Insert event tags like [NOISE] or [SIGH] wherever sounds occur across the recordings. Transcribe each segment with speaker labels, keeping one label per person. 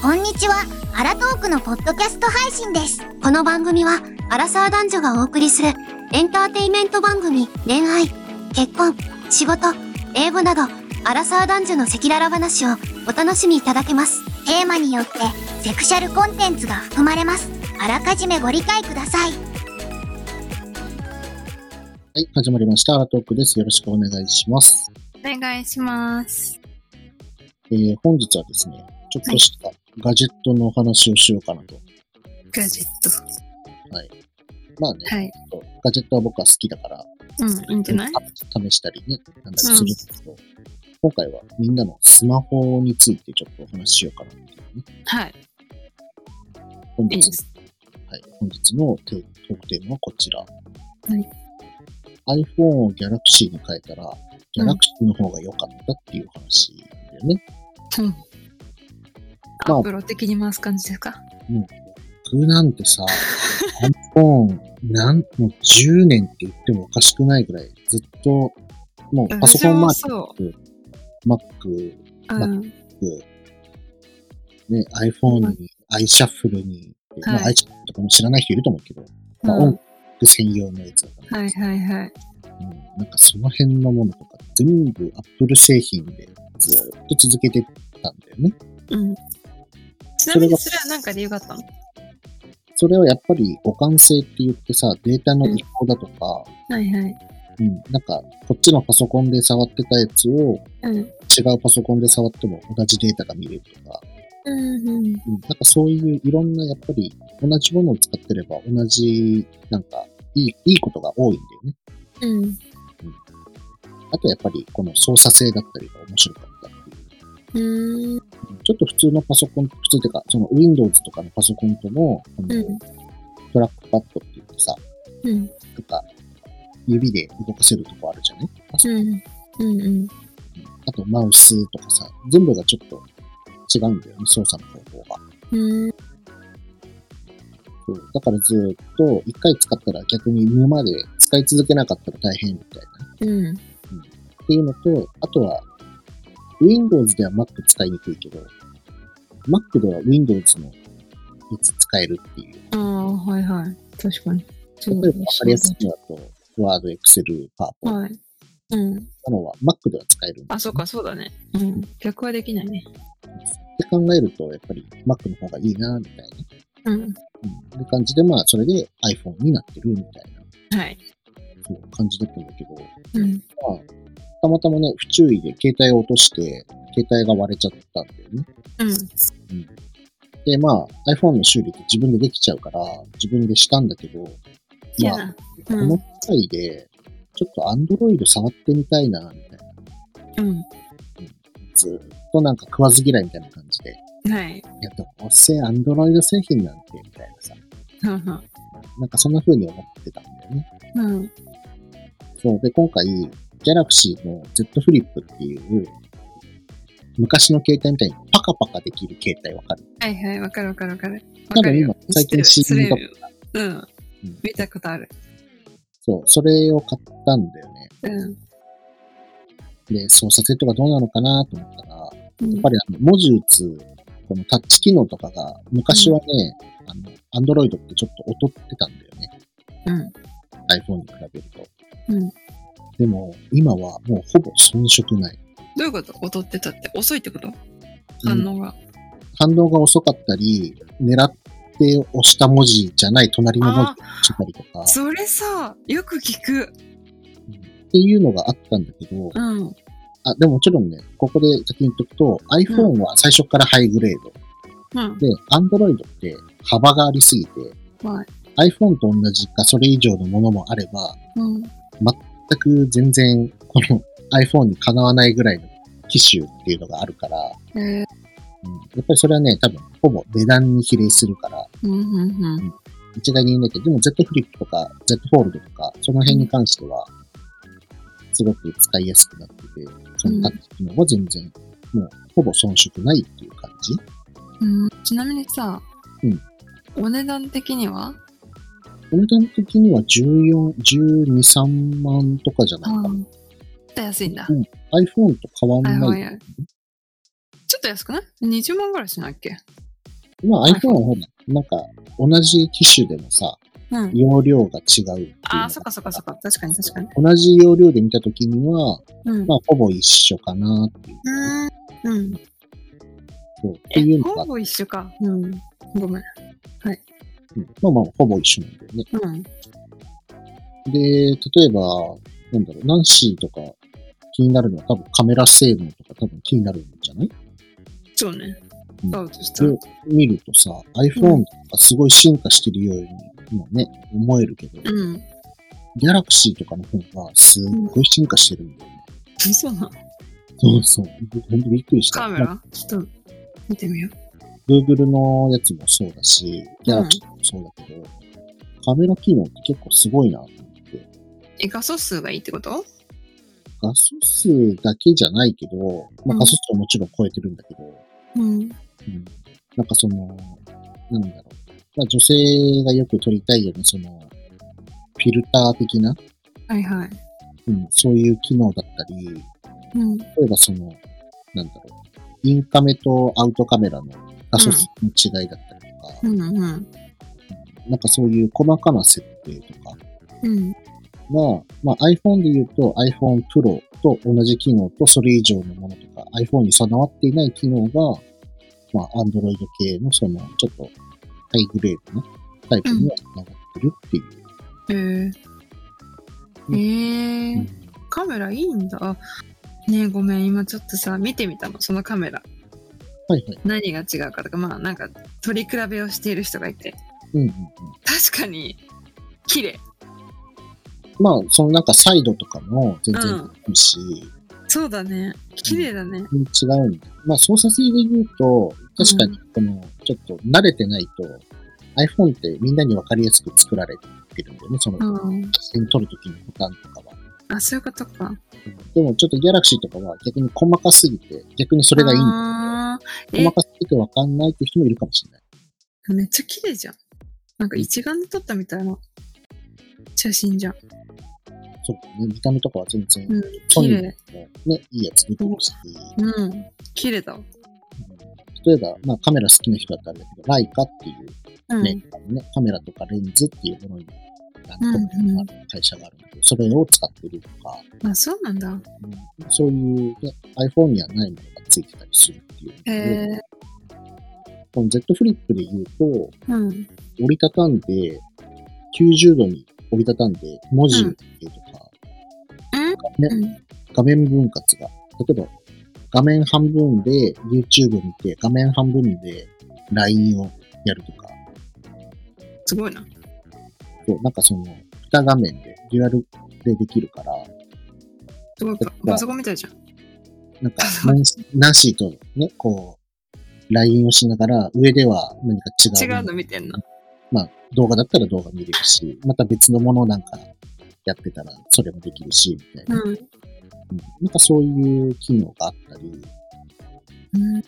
Speaker 1: こんにちは。アラトークのポッドキャスト配信です。この番組は、アラサー男女がお送りするエンターテイメント番組、恋愛、結婚、仕事、英語など、アラサー男女の赤裸々話をお楽しみいただけます。テーマによって、セクシャルコンテンツが含まれます。あらかじめご理解ください。
Speaker 2: はい、始まりました。アラトークです。よろしくお願いします。
Speaker 3: お願いします。
Speaker 2: えー、本日はですね、ちょっとしたガジェットのお話をしようかなと。
Speaker 3: ガジェット。
Speaker 2: まあね、
Speaker 3: はい。
Speaker 2: ちょっとガジェットは僕は好きだから、
Speaker 3: うん、いいんじゃない
Speaker 2: 試したりね、なんだりするんですけど、今回はみんなのスマホについてちょっとお話ししようかなっていうね。
Speaker 3: はい。
Speaker 2: 本
Speaker 3: いい
Speaker 2: 日
Speaker 3: です。
Speaker 2: はい、本日のテートークテーマはこちら。
Speaker 3: い
Speaker 2: iPhone を Galaxy に変えたら、Galaxy の方が良かったっていう話だよね。
Speaker 3: うん。
Speaker 2: まあ
Speaker 3: アプロ的に回す感じですか
Speaker 2: 僕なんてさ、iPhone、なん、もう10年って言ってもおかしくないぐらい、ずっと、もうパソコンマー
Speaker 3: 私もそ
Speaker 2: ク、Mac、
Speaker 3: う。
Speaker 2: まあ
Speaker 3: うん。
Speaker 2: ね、iPhone に、iShuffle に、まあ、
Speaker 3: はい
Speaker 2: iShuffle とかも知らない人いると思うけど、まあ、
Speaker 3: うん
Speaker 2: 音楽専用のやつだから、
Speaker 3: はいはいはい。
Speaker 2: うんなんかその辺のものとか、全部 Apple 製品でずっと続けてたんだよね。
Speaker 3: うん。ちなみに
Speaker 2: そ
Speaker 3: それは何か理由があったの
Speaker 2: それはやっぱり互換性って言ってさ、データの移行だとか、
Speaker 3: はいはい。
Speaker 2: うん、なんか、こっちのパソコンで触ってたやつを、
Speaker 3: うん。
Speaker 2: 違うパソコンで触っても同じデータが見れるとか、
Speaker 3: うんうん。
Speaker 2: うん、なんかそういういろんなやっぱり同じものを使ってれば同じ、なんかいい、いいことが多いんだよね。
Speaker 3: うん。
Speaker 2: あとやっぱりこの操作性だったりが面白かったっていう。う
Speaker 3: うん。
Speaker 2: んちょっと普通のパソコン、普通っていうか、その Windows とかのパソコンとの、この
Speaker 3: うん。
Speaker 2: トラックパッドって言ってさ、
Speaker 3: うん。
Speaker 2: なんか指で動かせるとこあるじゃないパソコン
Speaker 3: うん。うんうん。
Speaker 2: あとマウスとかさ、全部がちょっと違うんだよね、操作の方法が。
Speaker 3: うん。
Speaker 2: そうだからずっと、一回使ったら逆に沼で使い続けなかったら大変みたいな。
Speaker 3: うん。
Speaker 2: っていうのと、あとは、Windows では Mac 使いにくいけど、Mac では Windows のやつ使えるっていう。
Speaker 3: ああ、はいはい。確かに。そ
Speaker 2: 例えば
Speaker 3: う
Speaker 2: 分かりやすいのだと、Word、Excel、PowerPoint な
Speaker 3: はい。うん。
Speaker 2: のは Mac では使えるんです
Speaker 3: あ、そうか、そうだね。うん。逆はできないね。
Speaker 2: って考えると、やっぱり Mac の方がいいな、みたいな。
Speaker 3: うん。
Speaker 2: うん。って感じで、まあ、それで iPhone になってるみたいな、
Speaker 3: はい。
Speaker 2: そう感じだったんだけど、
Speaker 3: うん。
Speaker 2: まあ、たまたまね、不注意で携帯を落として、携帯が割れちゃったんだよね。
Speaker 3: うん。
Speaker 2: で、まあ、iPhone の修理って自分でできちゃうから、自分でしたんだけど、
Speaker 3: い
Speaker 2: まあ、
Speaker 3: や。
Speaker 2: こ
Speaker 3: うん
Speaker 2: の機会で、ちょっと Android 触ってみたいな、みたいな。
Speaker 3: うん。
Speaker 2: ずーっとなんか食わず嫌いみたいな感じで。い
Speaker 3: はい。
Speaker 2: や、どうせ Android 製品なんて、みたいなさ。
Speaker 3: はんはん
Speaker 2: なんかそんな風に思ってたんだよね。
Speaker 3: うん。
Speaker 2: そう。で、今回、Galaxy の Z Flip っていう、昔の携帯みたいにパカパカできる携帯わかる
Speaker 3: はいはい、わかるわかるわかる。
Speaker 2: 多分今、最近
Speaker 3: 知って
Speaker 2: CM
Speaker 3: る
Speaker 2: が、
Speaker 3: それうん。
Speaker 2: うん
Speaker 3: 見たことある。
Speaker 2: そう、それを買ったんだよね。
Speaker 3: うん。
Speaker 2: で、操作性とかどうなのかなと思ったら、やっ
Speaker 3: うん
Speaker 2: ぱりあの、文字打つ、このタッチ機能とかが、昔はね、あの、アンドロイドってちょっと劣ってたんだよね。
Speaker 3: う
Speaker 2: iPhone
Speaker 3: ん。
Speaker 2: に比べると。
Speaker 3: うん
Speaker 2: でも、今はもうほぼ遜色ない。
Speaker 3: どういうこと劣ってたって遅いってこと反応が。
Speaker 2: 反応が遅かったり、狙って押した文字じゃない隣の文字
Speaker 3: あ
Speaker 2: が来たりとか、
Speaker 3: それさ、よく聞く。
Speaker 2: っていうのがあったんだけど、
Speaker 3: うん。
Speaker 2: あ、でももちろんね、ここで先に言っとくと、iPhone は最初からハイグレード。
Speaker 3: うん。
Speaker 2: で、Android って幅がありすぎて、
Speaker 3: はい。
Speaker 2: iPhone と同じかそれ以上のものもあれば、
Speaker 3: うん。
Speaker 2: 全く全然この iPhone にかなわないぐらいの機種っていうのがあるから、
Speaker 3: えー
Speaker 2: うん、やっぱりそれはね、多分ほぼ値段に比例するから、
Speaker 3: うんうんうん。
Speaker 2: 一概に言うんだけど、でも Z フリップとか Z フォールドとか、その辺に関しては、すごく使いやすくなってて、そのタッチ機能は全然、もうほぼ遜色ないっていう感じ。
Speaker 3: うんちなみにさ、
Speaker 2: うん
Speaker 3: お値段的には
Speaker 2: お値段的には14、12、3万とかじゃないかな。
Speaker 3: ん。安いんだ。
Speaker 2: iPhone と変わん
Speaker 3: はい
Speaker 2: な。
Speaker 3: はいいはい。ちょっと安くない ?20 万ぐらいしないっけ
Speaker 2: まあ iPhone はほら、なんか同じ機種でもさ、
Speaker 4: うん。
Speaker 2: 容量が違うっていうのが
Speaker 3: ああ、そっかそっかそっか。確かに確かに。
Speaker 2: 同じ容量で見たときには、
Speaker 4: うん
Speaker 2: ま。あほぼ一緒かなっていう。
Speaker 4: うん。
Speaker 2: そうって
Speaker 3: え
Speaker 2: いう、のが
Speaker 3: ほ、ぼ一緒か。
Speaker 4: うん。
Speaker 3: ごめん。
Speaker 2: うんまあまあほぼ一緒なんだよね。
Speaker 4: うん。
Speaker 2: で、例えば、なんだろう、ナンシーとか気になるのは多分カメラ性能とか多分気になるんじゃない
Speaker 3: そうね
Speaker 2: う。ん
Speaker 3: そう、そしたら
Speaker 2: で。見るとさ、iPhone とかすごい進化してるようにもね、思えるけど、
Speaker 3: うん。
Speaker 2: ギャラクシーとかの方がすっごい進化してるんだよね。
Speaker 3: そうなの
Speaker 2: そうそう。ほんとびっくりした。
Speaker 3: カメラちょっと見てみよう。
Speaker 2: Google のやつもそうだし、ギャラクシーもそうだけど、カメラ機能って結構すごいなと思って。
Speaker 3: え、画素数がいいってこと
Speaker 2: 画素数だけじゃないけど、まあ、画素数はもちろん超えてるんだけど、
Speaker 4: うん。
Speaker 2: うんなんかその、なんだろう。まあ、女性がよく撮りたいような、その、フィルター的な、
Speaker 3: はいはい。
Speaker 2: うん、そういう機能だったり、例
Speaker 4: うん。
Speaker 2: えばその、なんだろう。インカメとアウトカメラの画素数の違いだったりとか、
Speaker 3: うんうん。
Speaker 2: なんかそういう細かな設定とか、
Speaker 4: うん。
Speaker 2: が、まあ、iPhone で言うと iPhone Pro と同じ機能とそれ以上のものとか iPhone に備わっていない機能が、まあ、Android 系のそのちょっとハイグレードなタイプには繋がってるっていう。
Speaker 3: えー、
Speaker 2: うん
Speaker 3: えー、カメラいいんだ。あねえ、ごめん、今ちょっとさ、見てみたの、そのカメラ。
Speaker 2: はいはい。
Speaker 3: 何が違うかとか、まあなんか、取り比べをしている人がいて。
Speaker 2: うんうんうん、
Speaker 3: 確かに、綺麗。
Speaker 2: まあ、そのなんかサイドとかも全
Speaker 3: う
Speaker 2: 然
Speaker 3: ん。
Speaker 2: いいし、
Speaker 3: そうだね。綺麗だね。
Speaker 2: 全然違うんだ。まあ、操作性で言うと、確かにこの、ちょっと慣れてないと、iPhone ってみんなにわかりやすく作られてるんだよね、その、
Speaker 3: うん。
Speaker 2: 写真撮るときのボタンとかは。
Speaker 3: あ、そういうことか。
Speaker 2: でもちょっとギャラクシーとかは逆に細かすぎて、逆にそ
Speaker 3: こ
Speaker 2: れがいいんだ
Speaker 3: あ
Speaker 2: け
Speaker 3: ー
Speaker 2: ど。細かすぎてわかんないって人もいるかもしれない。
Speaker 3: え、めっちゃ綺麗じゃん。なんか一眼で撮ったみたいな写真じゃん。
Speaker 2: そうだね。見た目とかは全然、
Speaker 3: うん
Speaker 2: ソニ
Speaker 3: 綺
Speaker 2: ー
Speaker 3: 麗。
Speaker 2: もね、いいやつ出てるし、
Speaker 3: うん。綺麗だわ。
Speaker 2: 例えば、まあカメラ好きな人だったらあれだけど、ライカっていう
Speaker 4: うん。
Speaker 2: メーカーのね、カメラとかレンズっていうものに、あの
Speaker 4: うんうん
Speaker 2: 会社があるんだけど、それを使ってるとか、
Speaker 3: あ、そうなんだ。
Speaker 2: うんそういう、ね、iPhone にはないものがついてたりするっていうの
Speaker 3: へ
Speaker 2: で、
Speaker 3: え。
Speaker 2: この Z フリップで言うと、
Speaker 4: うん。
Speaker 2: 折りたたんで、90度に折りたたんで、文字を入れるとか、ね
Speaker 4: うん
Speaker 2: 画面分割が、例えば、画面半分で YouTube を見て、画面半分で LINE をやるとか、
Speaker 3: すごいな。
Speaker 2: そうなんかその、二画面で、デュアルでできるから、
Speaker 3: すごいパパソコンみたいじゃん。
Speaker 2: なんか、ナンシナンシーとね、こう、LINE をしながら、上では何か違
Speaker 3: 違
Speaker 2: う。
Speaker 3: うの見てんの。
Speaker 2: まあ、動画だったら動画見れるし、また別のものなんかやってたら、それもできるし、みたいな。
Speaker 4: うん。
Speaker 2: うんなんかそういう機能があったり、
Speaker 4: うん
Speaker 2: うん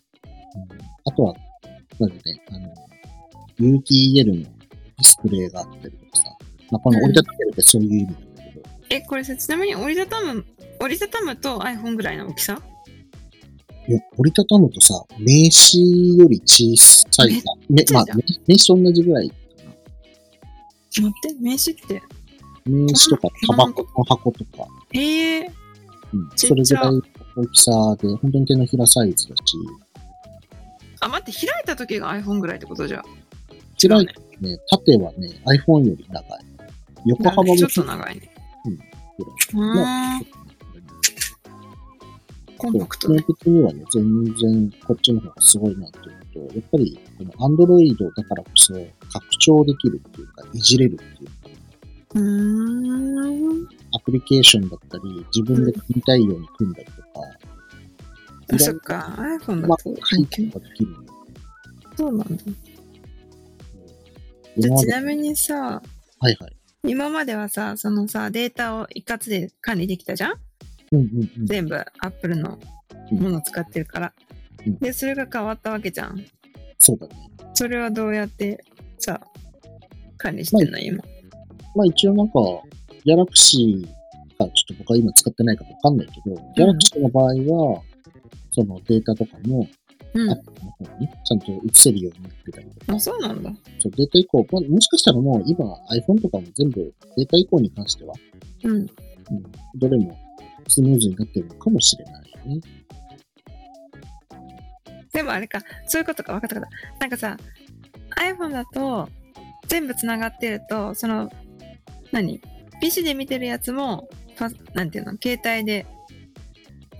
Speaker 2: あとは、なんだね、あの、UTL のディスプレイがあったりとかさ、まあ、この折りたためるってそういう意味なんだけど、
Speaker 3: え、これさ、ちなみに折りたたむ、折りたたむと iPhone ぐらいの大きさ
Speaker 2: いや折りたたむとさ、名刺より小さいさ、め
Speaker 3: ち
Speaker 2: ま
Speaker 3: ゃ
Speaker 2: あ
Speaker 3: じゃん
Speaker 2: 名名刺と同じぐらい、
Speaker 3: 待って、名刺って。
Speaker 2: 名刺とかタバコの箱とか、
Speaker 3: へえ。
Speaker 2: うん、
Speaker 3: ちっちゃ
Speaker 2: それぐらいの大きさで、本当に手のひらサイズだし、
Speaker 3: あ、待って、開いた時が iPhone ぐらいってことじゃん。
Speaker 2: ちら
Speaker 3: う
Speaker 2: ね
Speaker 3: ね。、
Speaker 2: 縦はね、iPhone より長い。横幅も
Speaker 3: ちょっ
Speaker 2: ちょ
Speaker 3: と
Speaker 2: っと
Speaker 3: 長いね。
Speaker 2: ぐらい。
Speaker 3: うん。コンパクトね。
Speaker 2: 基本的にはね、全然こっちの方がすごいなっていうのと、やっぱり、この Android だからこそ、拡張できるっていうか、いじれるっていうか、
Speaker 4: うーん。
Speaker 2: アプリケーションだったり、自分で組みたいように組んだりとか、いろ
Speaker 3: そ
Speaker 2: ん
Speaker 3: っか、iPhone
Speaker 2: な、
Speaker 3: だ
Speaker 2: まあ、
Speaker 3: と。
Speaker 2: 環境ができるんだよ
Speaker 3: そうなんだ。じ
Speaker 2: 今ま
Speaker 3: ゃあち
Speaker 2: で
Speaker 3: なみにさ、
Speaker 2: はいはい。
Speaker 3: 今まではさ、そのさ、データを一括で管理できたじゃん
Speaker 2: うんうんうん。
Speaker 3: 全部 Apple のものを使ってるから
Speaker 2: うん。
Speaker 3: で、それが変わったわけじゃん。
Speaker 2: そうだね。
Speaker 3: それはどうやってさ、管理してんの今。
Speaker 2: まあ一応なんか、ギャラクシーがちょっと僕は今使ってないからわかんないけど、ギャラクシーの場合は、そのデータとかも、
Speaker 3: うん
Speaker 2: アプリの方にちゃんと映せるようになってたりとか
Speaker 3: あ、、そうなんだ。
Speaker 2: そうデータ移行、こんもしかしたらもう今 iPhone とかも全部データ移行に関しては、
Speaker 3: うん。
Speaker 2: うん、どれもスムーズになってるのかもしれないよね。
Speaker 3: でもあれか、そういうことか分かった分かった。なんかさ、iPhone だと、全部つながってると、その、何 ?PC で見てるやつも、パなんていうの携帯で、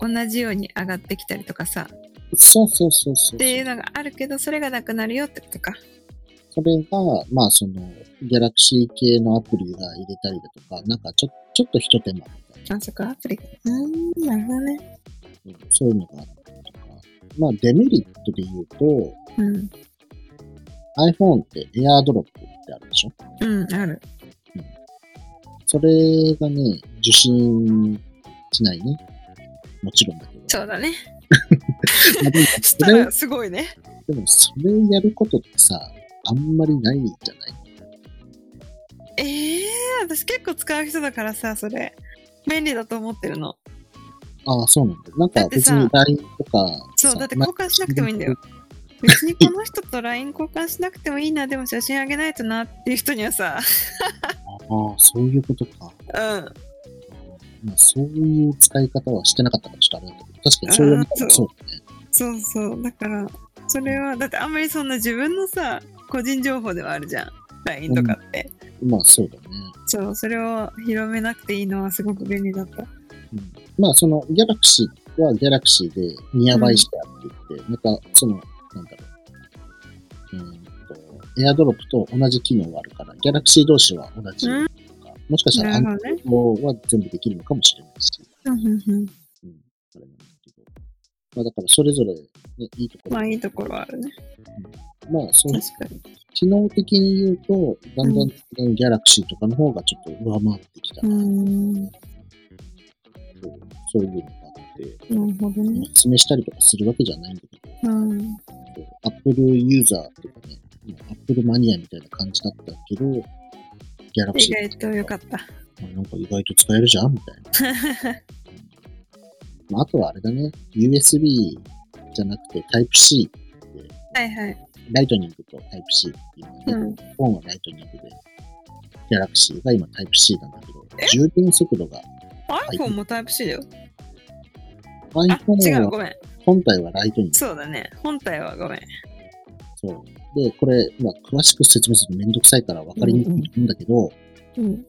Speaker 3: 同じように上がってきたりとかさ、
Speaker 2: そうそうそうそうそう。
Speaker 3: っていうのがあるけど、それがなくなるよってことか。
Speaker 2: それが、まあその、ギャラクシー系のアプリが入れたりだとか、なんかちょちょっと一手間みたいな。
Speaker 3: あ、そっか、アプリ。
Speaker 4: うん、なるほどね。
Speaker 2: うんそういうのがあったりとか。まあ、デメリットで言うと、
Speaker 3: うん。
Speaker 2: iPhone って AirDrop ってあるでしょ
Speaker 3: うん、ある。
Speaker 2: それがね、受信しないね。もちろんだ [LAUGHS] けど。
Speaker 3: そうだね。
Speaker 2: まあでも
Speaker 3: したらすごいね。
Speaker 2: でも、それやることってさ、あんまりないんじゃない
Speaker 3: ええ私結構使う人だからさ、それ。便利だと思ってるの。
Speaker 2: ああ、そうなんだ。なん
Speaker 3: だ
Speaker 2: か
Speaker 3: って
Speaker 2: 別
Speaker 3: さ
Speaker 2: に LINE とか。
Speaker 3: そう、
Speaker 2: さ
Speaker 3: だって
Speaker 2: な
Speaker 3: 交換しなくてもいいんだよ。別にこの人と LINE 交換しなくてもいいな、でも写真あげないとなっていう人には
Speaker 2: あ
Speaker 3: さ、
Speaker 2: あ、そういうことか。
Speaker 3: うん。
Speaker 2: まあ、そういう使い方はしてなかったからちょっとあれだけど、確かにそういうの
Speaker 3: あー
Speaker 2: そうだね。
Speaker 3: そうそう。だから、それは、だってあんまりそんな自分のさ、個人情報ではあるじゃん。LINE とかって。
Speaker 2: まあ、そうだね。
Speaker 3: そう、それを広めなくていいのはすごく便利だった。
Speaker 2: うんまあ、その、ギャラクシーはギャラクシーでニアバイしてあるって言って、また、その、なんだろう。うーんと、エアドロップと同じ機能があるから、ギャラクシー同士は同じとか、もしかしたら、
Speaker 3: な
Speaker 2: ア
Speaker 3: るほ
Speaker 2: ン
Speaker 3: どね
Speaker 2: ドは全部できるのかもしれないし、
Speaker 4: うん、うん、うん。
Speaker 2: うん、あれなんだけど。まあ、だから、それぞれ、ね、いいところ。
Speaker 3: まあいいところはあるね。
Speaker 2: まあ、そう、
Speaker 3: 確かに。
Speaker 2: 機能的に言うと、だんだん、ギャラクシーとかの方がちょっと上回ってきた、
Speaker 4: うん、
Speaker 2: そうそういうのがあって、
Speaker 4: なるほどね。
Speaker 2: 示したりとかするわけじゃないんだけど、
Speaker 4: うん、
Speaker 2: アップルユーザーとかね、アップルマニアみたいな感じだったけど、ギャラク
Speaker 3: 意
Speaker 2: シー
Speaker 3: 外と良かった。 [LAUGHS]
Speaker 2: なんか意外と使えるじゃんみたいな。まあ、あとはあれだね、USB じゃなくて Type-C、
Speaker 3: はいはい。
Speaker 2: ライトニングと Type-C っていう
Speaker 3: う
Speaker 2: のね、
Speaker 3: ん。
Speaker 2: 日本はライトニングで、ギャラクシーが今 Type-C なんだけど、充電速度が
Speaker 3: iPhone も Type-C だよ。あ、違
Speaker 2: iPhone
Speaker 3: う、
Speaker 2: は
Speaker 3: ごめん。
Speaker 2: 本体はライトニング。
Speaker 3: そうだね。本体はごめん。
Speaker 2: そう。で、これ、まあ、詳しく説明するとめんどくさいから分かりにくいと思うんだけど、
Speaker 4: うん、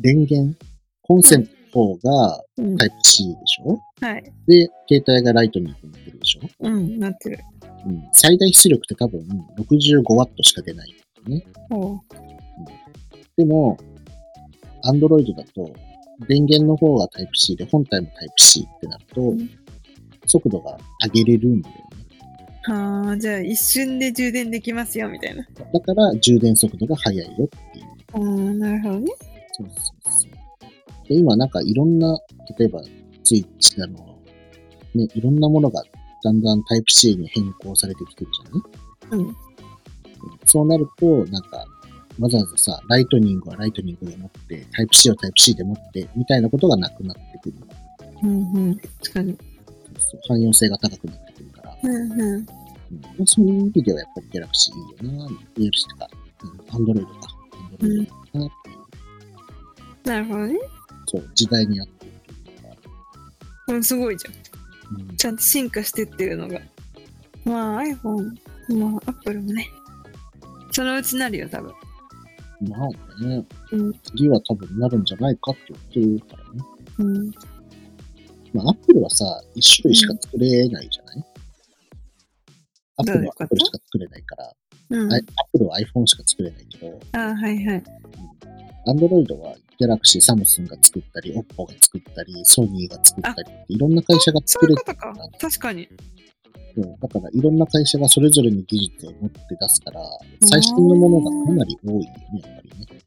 Speaker 2: 電源、コンセントの方が
Speaker 4: うん、
Speaker 2: Type-C でしょ
Speaker 3: はい。
Speaker 2: で、携帯がライトニングになってるでしょ、
Speaker 3: うん、なってる。
Speaker 2: うん、最大出力って多分 65W しか出ない。
Speaker 3: ほう。
Speaker 2: でも、Android だと、電源の方が Type-C で、本体も Type-C ってなると、
Speaker 4: ん
Speaker 2: 速度が上げれるんだよね。
Speaker 3: はあ、じゃあ一瞬で充電できますよみたいな。
Speaker 2: だから、充電速度が速いよっていう。
Speaker 3: ああ、なるほどね。
Speaker 2: そうそうそう。で、今なんかいろんな、例えば、ツイッチだの、ね、いろんなものがだんだんタイプ C に変更されてきてるじゃない
Speaker 4: うん。
Speaker 2: そうなると、なんか、わざわざさ、ライトニングはライトニングで持って、タイプ C はタイプ C で持って、みたいなことがなくなってくる。
Speaker 4: うん、うん、
Speaker 3: 確かに。
Speaker 2: そう汎用性が高くなってくるから、
Speaker 4: うん、うん。
Speaker 2: うんまあそういう意味ではやっぱりギャラクシーいいよな、ギャラクシーとか、アンドロイドか、アンドロイドなっていう、
Speaker 3: なるほどね。
Speaker 2: そう、時代に合ってるというか、
Speaker 3: うん、すごいじゃん。
Speaker 2: うん
Speaker 3: ちゃんと進化してっていうのが。まあ iPhone、まあ Apple もね。そのうちなるよ、多分。
Speaker 2: まあね、
Speaker 4: うん
Speaker 2: 次は多分なるんじゃないかって言ってるからね。
Speaker 4: うん、
Speaker 2: まあ、アップルはさ、一種類しか作れないじゃない、アップ
Speaker 3: どう
Speaker 2: ル
Speaker 3: いう
Speaker 2: は
Speaker 3: こと
Speaker 2: アップルしか作れないから、
Speaker 3: うん。
Speaker 2: あア
Speaker 3: あ
Speaker 2: ップルは iPhone しか作れないけど、
Speaker 3: あ、はいはい。
Speaker 2: アンドロイドはギャラクシー、サムスンが作ったり、オッポが作ったり、ソニーが作ったりって、いろんな会社が
Speaker 3: そ
Speaker 2: 作
Speaker 3: う
Speaker 2: れ
Speaker 3: いうことか。確かに。
Speaker 2: うんだからいろんな会社がそれぞれに技術を持って出すから、最新のものがかなり多いよね、やっぱりね。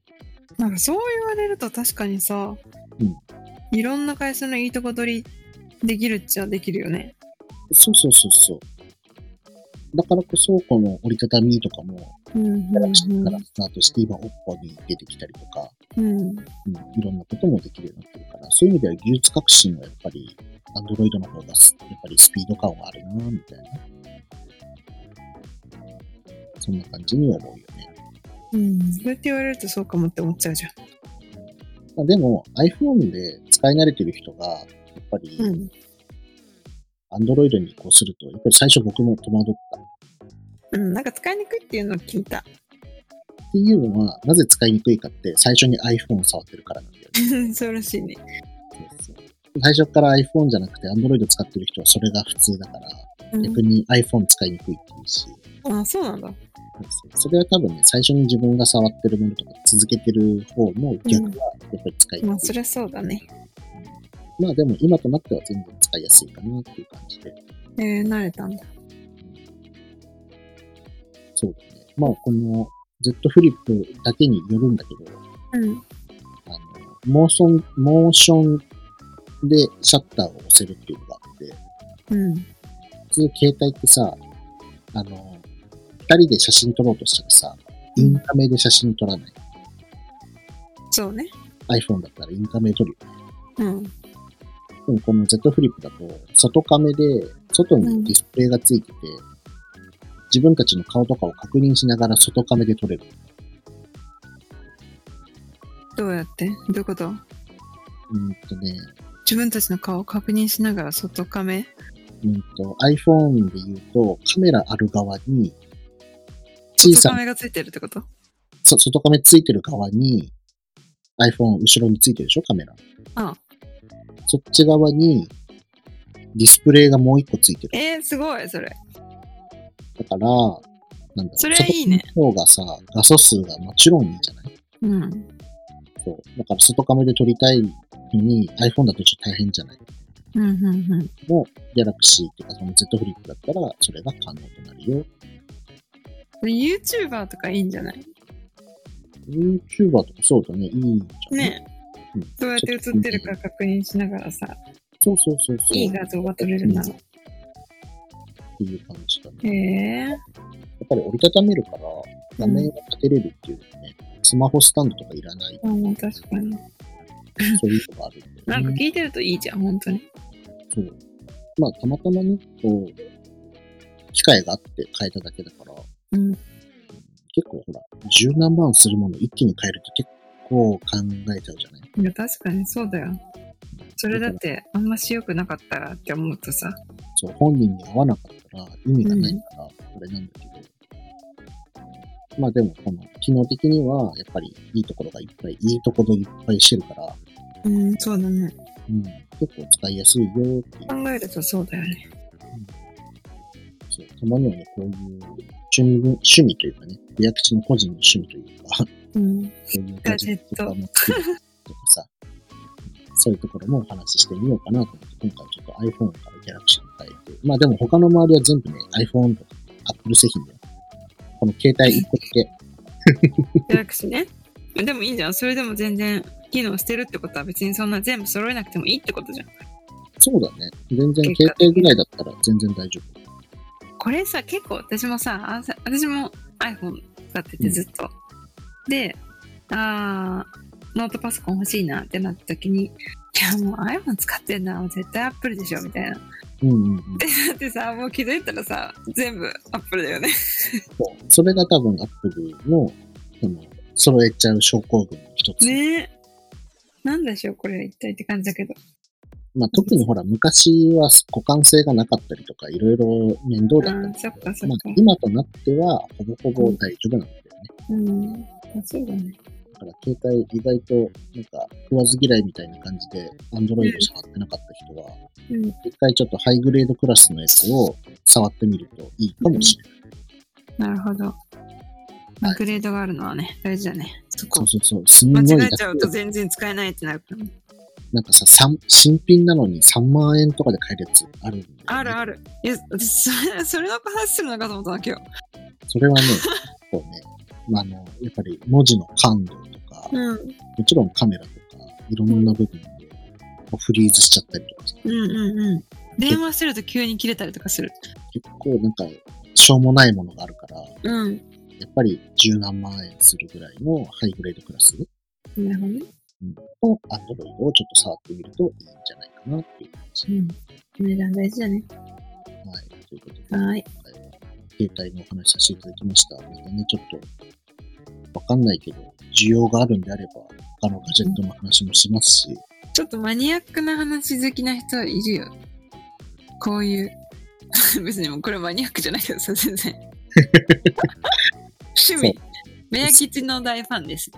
Speaker 3: なんかそう言われると確かにさ、
Speaker 2: うん
Speaker 3: いろんな会社のいいとこ取りできるっちゃできるよね。
Speaker 2: そうそうそうそう。だからこそ、この折りたたみとかも、
Speaker 4: うん、
Speaker 2: ギャラクシー
Speaker 4: う
Speaker 2: からスタートして、今、オッポに出てきたりとか、
Speaker 4: ん、
Speaker 2: うん、いろんなこともできるようになってるから、そういう意味では技術革新はやっぱり、アンドロイドの方がすやっぱりスピード感はあるな、みたいな。そんな感じに思うよね。
Speaker 4: うん
Speaker 3: そうやって言われるとそうかもって思っちゃうじゃん。
Speaker 2: まあ、でも iPhone で使い慣れてる人が、やっぱり
Speaker 3: うん。
Speaker 2: Android に移行すると、やっぱり最初僕も戸惑った。
Speaker 3: うん、なんか使いにくいっていうのを聞いた。
Speaker 2: っていうのは、なぜ使いにくいかって、最初に iPhone を触ってるからなんだよね。
Speaker 3: そうらしいね。
Speaker 2: 最初から iPhone じゃなくて Android 使ってる人はそれが普通だから、逆に iPhone 使いにくいっていうし、
Speaker 3: あ、そうなんだ。
Speaker 2: それは多分ね、最初に自分が触ってるものとか続けてる方の逆はやっぱり使い
Speaker 3: ま
Speaker 2: に
Speaker 3: あ、
Speaker 2: く
Speaker 3: そ
Speaker 2: い。
Speaker 3: りゃそうだね。
Speaker 2: まあでも今となっては全然使いやすいかなっていう感じで。
Speaker 3: えー、慣れたんだ。
Speaker 2: そうだね。まあこの Z フリップだけによるんだけど、
Speaker 3: うん。
Speaker 2: あの、モーション、モーションでシャッターを押せるっていうのがあって、
Speaker 3: うん。
Speaker 2: 普通携帯ってさ、あの、二人で写真撮ろうとしたらさ、インカメで写真撮らない。
Speaker 3: そうね。
Speaker 2: iPhone だったらインカメで撮るよね。
Speaker 3: うん。
Speaker 2: でもこの Z フリップだと、外カメで、外にディスプレイがついてて、自分たちの顔とかを確認しながら外カメで撮れる。
Speaker 3: どうやってどういうこと
Speaker 2: うーんとね、
Speaker 3: 自分たちの顔を確認しながら外カメ
Speaker 2: うーんと iPhone で言うと、カメラある側に、小
Speaker 3: 外
Speaker 2: さ
Speaker 3: カ
Speaker 2: な、
Speaker 3: メがついてるってこと
Speaker 2: そ外カメついてる側に、iPhone 後ろについてるでしょ、カメラ。
Speaker 3: ああ
Speaker 2: そっち側に、ディスプレイがもう一個ついてる。
Speaker 3: えー、すごいそれ
Speaker 2: だから、なんだろう
Speaker 3: それはいいね
Speaker 2: 外の方がさ、画素数がもちろんいいじゃない
Speaker 3: うん
Speaker 2: そう。だから外カメで撮りたいのに iPhone だとちょっと大変じゃない
Speaker 3: うんうんうん
Speaker 2: もう Galaxy っていうかその Z フリップだったらそれが可能となるよ。
Speaker 3: YouTuber とかいいんじゃない
Speaker 2: YouTuber とかそうだね。いいんじゃない
Speaker 3: ね
Speaker 2: うん
Speaker 3: どうやって映ってるか確認しながらさ
Speaker 2: そうそうそうそう。
Speaker 3: いい画像が撮れるな
Speaker 2: うんっていう感じだね。
Speaker 3: へえ
Speaker 2: やっぱり折りたためるから画面を立てれるっていうね。スマホスタンドとかいらない。
Speaker 3: あもう確かに
Speaker 2: そういうのがあるんで、ね。
Speaker 3: なんか聞いてるといいじゃん本当に
Speaker 2: そう。まあ、たまたまね、こう、機械があって変えただけだから、
Speaker 3: うん
Speaker 2: 結構ほら、十何万するもの一気に変えると結構考えちゃうじゃない
Speaker 3: いや確かにそうだよそれだってあんまし良くなかったらって思うとさ
Speaker 2: そう、本人に合わなかったら意味がないから、あれなんだけど。まあでも、この、機能的には、やっぱりいいところがいっぱい、いいところいっぱいしてるから、
Speaker 3: うんそうだね
Speaker 2: うん、結構使いやすいよっていう。
Speaker 3: 考えるとそうだよね
Speaker 2: そうたまにはね、こういう趣味、趣味というかね、親口の個人の趣味という [LAUGHS] か、
Speaker 3: うん
Speaker 2: そういうガジェットとかも作るとかさ、そういうところもお話ししてみようかなと思って、今回ちょっと iPhone から Galaxy に変えて、まあでも他の周りは全部ね、iPhone とか Apple 製品で、この携帯1個だけ、
Speaker 3: 予約しねでもいいじゃんそれでも全然機能してるってことは別にそんな全部揃えなくてもいいってことじゃん
Speaker 2: そうだね。全然
Speaker 3: 結
Speaker 2: 携
Speaker 3: 果的に
Speaker 2: 帯ぐらいだったら全然大丈夫。
Speaker 3: これさ結構私もさあさ私も iPhone 使っ
Speaker 2: う
Speaker 3: てて
Speaker 2: ん
Speaker 3: ずっと、であーノートパソコン欲しいなってなった時にいやもう iPhone 使ってんな絶対 Apple でしょみたいなだ
Speaker 2: うんうん [LAUGHS] うん。
Speaker 3: ってさもう気づいたらさ全部 Apple だよ
Speaker 2: [LAUGHS]
Speaker 3: ね
Speaker 2: そうそれが多分 Apple の、その、揃えちゃう症候群の一つ。
Speaker 3: ねえなんでしょうこれ一体って感じだけど
Speaker 2: まあ特にほら、昔は互換性がなかったりとか、いろいろ面倒だ
Speaker 3: あ
Speaker 2: っ
Speaker 3: ーそっか
Speaker 2: た。
Speaker 3: そっ
Speaker 2: ま
Speaker 3: か
Speaker 2: あ、今となっては、ほぼほぼ大丈夫なんだよね。
Speaker 3: うんあそうだね
Speaker 2: だから携帯意外となんか食わず嫌いみたいな感じで Android しか買ってなかった人は、
Speaker 3: うん
Speaker 2: 一回ちょっとハイグレードクラスのやつを触ってみるといいかもしれない。
Speaker 3: なるほど。アグレードがあるのはね、大事だね。そ
Speaker 2: そ
Speaker 3: こ
Speaker 2: う。そうそう。すんご
Speaker 3: 間
Speaker 2: い
Speaker 3: 違えちゃ
Speaker 2: 安
Speaker 3: うと
Speaker 2: い。
Speaker 3: 全然使えないってなるからね。
Speaker 2: なんかさ、さん新品なのに3万円とかで買えるやつあるんだよね
Speaker 3: あるある。いや、私それ、 [LAUGHS] それの話するのかと思ったわけよ。
Speaker 2: それはね、こうね、まあ、あの、やっぱり文字の感度とか、
Speaker 3: うん。うん
Speaker 2: もちろんカメラとか、いろんな部分でこうフリーズしちゃったりとかさ、
Speaker 3: うんうん。電話してると急に切れたりとかする。
Speaker 2: 結構なんか、しょうもないものがあるから、
Speaker 3: うん。
Speaker 2: やっぱり十何万円するぐらいのハイグレードクラス
Speaker 3: なるほどね。
Speaker 2: と Android をちょっと触ってみるといいんじゃないかなっていう感じ。
Speaker 3: うん。値段大事だね。
Speaker 2: はい。ということで、
Speaker 3: はい。
Speaker 2: 今回は携帯のお話しさせていただきました。またね、ちょっと、わかんないけど、需要があるんであれば、他のガジェットの話もしますし、
Speaker 3: ちょっとマニアックな話好きな人いるよ。こういう。 [LAUGHS] 別にもうこれマニアックじゃないけどさ、全然。趣味。メア吉の大ファンです。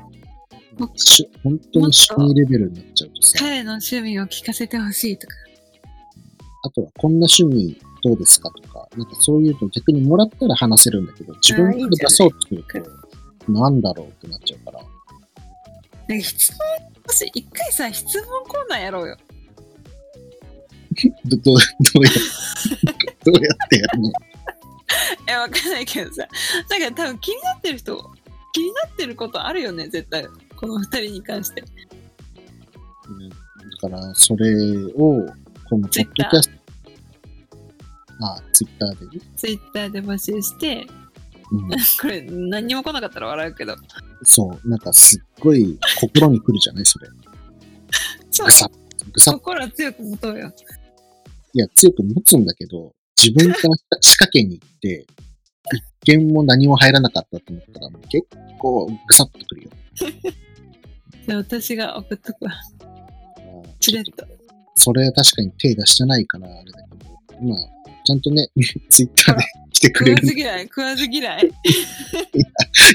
Speaker 2: しゅ本当に趣味レベルになっちゃうとさ、
Speaker 3: 彼の趣味を聞かせてほしいとか。
Speaker 2: あとはこんな趣味どうですかとか、なんかそういうの逆にもらったら話せるんだけど、自分
Speaker 3: あーいいじ
Speaker 2: か
Speaker 3: ゃん
Speaker 2: ら出そうとすると、なんだろうってなっちゃうから、
Speaker 3: なんか質問、私一回さ、質問コーナーやろうよ。
Speaker 2: ど、どう、どうやって、どうやってやるの
Speaker 3: いや、わかんないけどさ。なんか多分気になってる人、気になってることあるよね、絶対。この二人に関して。
Speaker 2: うんだから、それを、このポッドキャスト、あ、ツイッターでね、
Speaker 3: ツイッターで募集して、
Speaker 2: うん、
Speaker 3: これ何にも来なかったら笑うけど。
Speaker 2: そう、なんかすっごい心に来るじゃないそれ。
Speaker 3: そう
Speaker 2: ぐ。さっ、ぐさっ、
Speaker 3: 心は強く持とうよ。
Speaker 2: いや、強く持つんだけど、自分から仕掛けに行って、一件も何も入らなかったって思ったら、もう結構ぐさっとくるよ。
Speaker 3: じゃあ私が送っとくわ。チレッ
Speaker 2: [LAUGHS]
Speaker 3: と。
Speaker 2: それは確かに手出してないから、あれだけど、まあ、ちゃんとね、 [LAUGHS] ツイッターで来てく
Speaker 3: 食
Speaker 2: れ
Speaker 3: わ
Speaker 2: る。
Speaker 3: ず
Speaker 2: い
Speaker 3: 嫌い、食わず嫌い。
Speaker 2: や、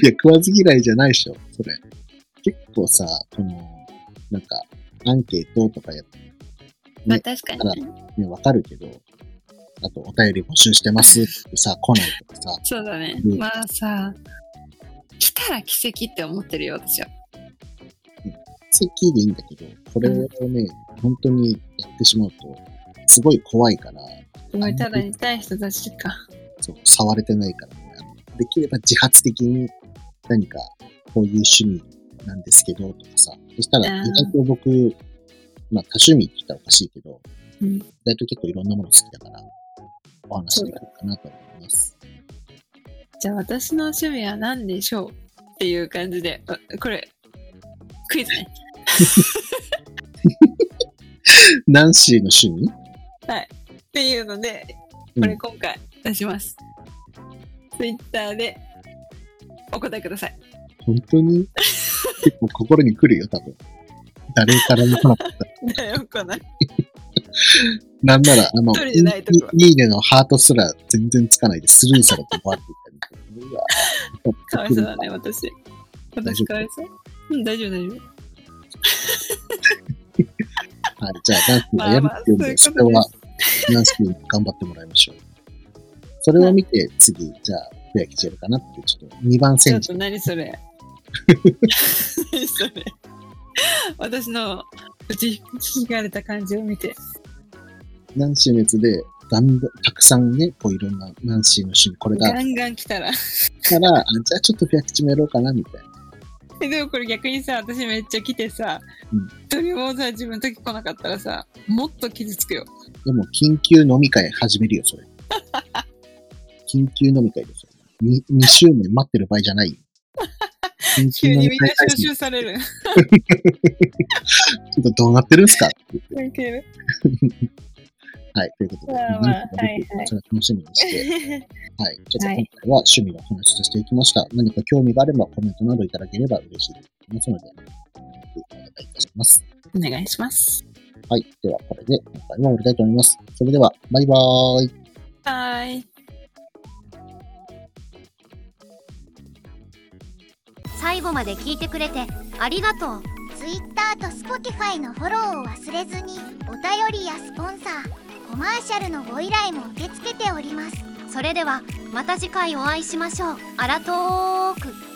Speaker 2: [LAUGHS] 食わず嫌いじゃないでしょ、それ。結構さ、この、なんか、アンケートとかやっ
Speaker 3: まあ確か
Speaker 2: たら
Speaker 3: に。
Speaker 2: ね、わかるけど、あと、お便り募集してますってさ、来ないとかさ、
Speaker 3: そうだね
Speaker 2: う。ん
Speaker 3: まあさ、来たら奇跡って思ってるよ、私は。
Speaker 2: 奇跡でいいんだけど、これをね、本当にやってしまうと、すごい怖いから、
Speaker 3: すごいただにたい人たちか。
Speaker 2: そう触れてないからね、あのできれば自発的に何かこういう趣味なんですけどとかさ、そしたら
Speaker 3: あー
Speaker 2: 意外と僕、まあ多趣味って言ったらおかしいけど、
Speaker 3: うん
Speaker 2: 意外と結構いろんなもの好きだから、お話できるかなと思い
Speaker 3: [LAUGHS]
Speaker 2: ます。
Speaker 3: じゃあ私の趣味は何でしょうっていう感じで、あこれ、クイズね。
Speaker 2: ナンシーの趣味
Speaker 3: っていうので、
Speaker 2: うん
Speaker 3: これ今回出します。ツイッターでお答えください。 [LAUGHS]
Speaker 2: 本当に結構心に来るよ、多分。誰からも来なかった。
Speaker 3: だよ、こない。
Speaker 2: なんなら、あの、
Speaker 3: 一人じゃないとこはい
Speaker 2: いいねのハートすら全然つかないでスルーされて終わっていったりとか。うわ
Speaker 3: かわいそうだね、私。
Speaker 2: 大
Speaker 3: 私
Speaker 2: 丈夫
Speaker 3: かわいそう。うん、大丈夫、大丈夫。
Speaker 2: はい、じゃあ、ダンスがやるっていうん
Speaker 3: まあま
Speaker 2: で、
Speaker 3: あ
Speaker 2: そ
Speaker 3: そ
Speaker 2: れ
Speaker 3: ういうこと
Speaker 2: は、ダンスに頑張ってもらいましょう。それを見て、次、じゃあ、ペアキジェルかなって、ちょっと2番
Speaker 3: ち
Speaker 2: 戦
Speaker 3: ょっ
Speaker 2: 時
Speaker 3: と何それ。何それ。私の打ち引かれた感じを見て。
Speaker 2: ナンシーのやつで、だんだん、たくさんね、こういろんなナンシーの趣味、これがあ
Speaker 3: ガンガン来たら。 [LAUGHS]
Speaker 2: ったら、あじゃあちょっとペアキチもやろうかな、みたいな。
Speaker 3: えでもこれ逆にさ、私めっちゃ来てさ
Speaker 2: うん、
Speaker 3: どれもさ、自分の時来なかったらさ、もっと傷つくよ。
Speaker 2: でも、緊急飲み会始めるよ、
Speaker 3: [LAUGHS]
Speaker 2: それ。緊急飲み会ですよ。2, 2週目待ってる場合じゃないよ。緊急
Speaker 3: 急
Speaker 2: 飲
Speaker 3: に
Speaker 2: み
Speaker 3: みんな
Speaker 2: 会配
Speaker 3: 招
Speaker 2: 信、ち
Speaker 3: 集される。
Speaker 2: ょっとどうなってるんすかって言って。
Speaker 3: いける
Speaker 2: はい、ということで、
Speaker 3: まあまあ
Speaker 2: 何かできる
Speaker 3: はいはい
Speaker 2: それを楽しみに
Speaker 3: [LAUGHS]
Speaker 2: して、はい、ちょっと今回は趣味のお話をしていきました。何か興味があればコメントなどいただければ嬉しいと思いますので、お願いいたします。
Speaker 3: お願いします。
Speaker 2: はい、ではこれで今回は終わりたいと思います。それでは、バイバーイ。
Speaker 3: はーい。
Speaker 1: 最後まで聞いてくれてありがとう Twitter と Spotify のフォローを忘れずにお便りやスポンサーコマーシャルのご依頼も受け付けておりますそれではまた次回お会いしましょうあらとーく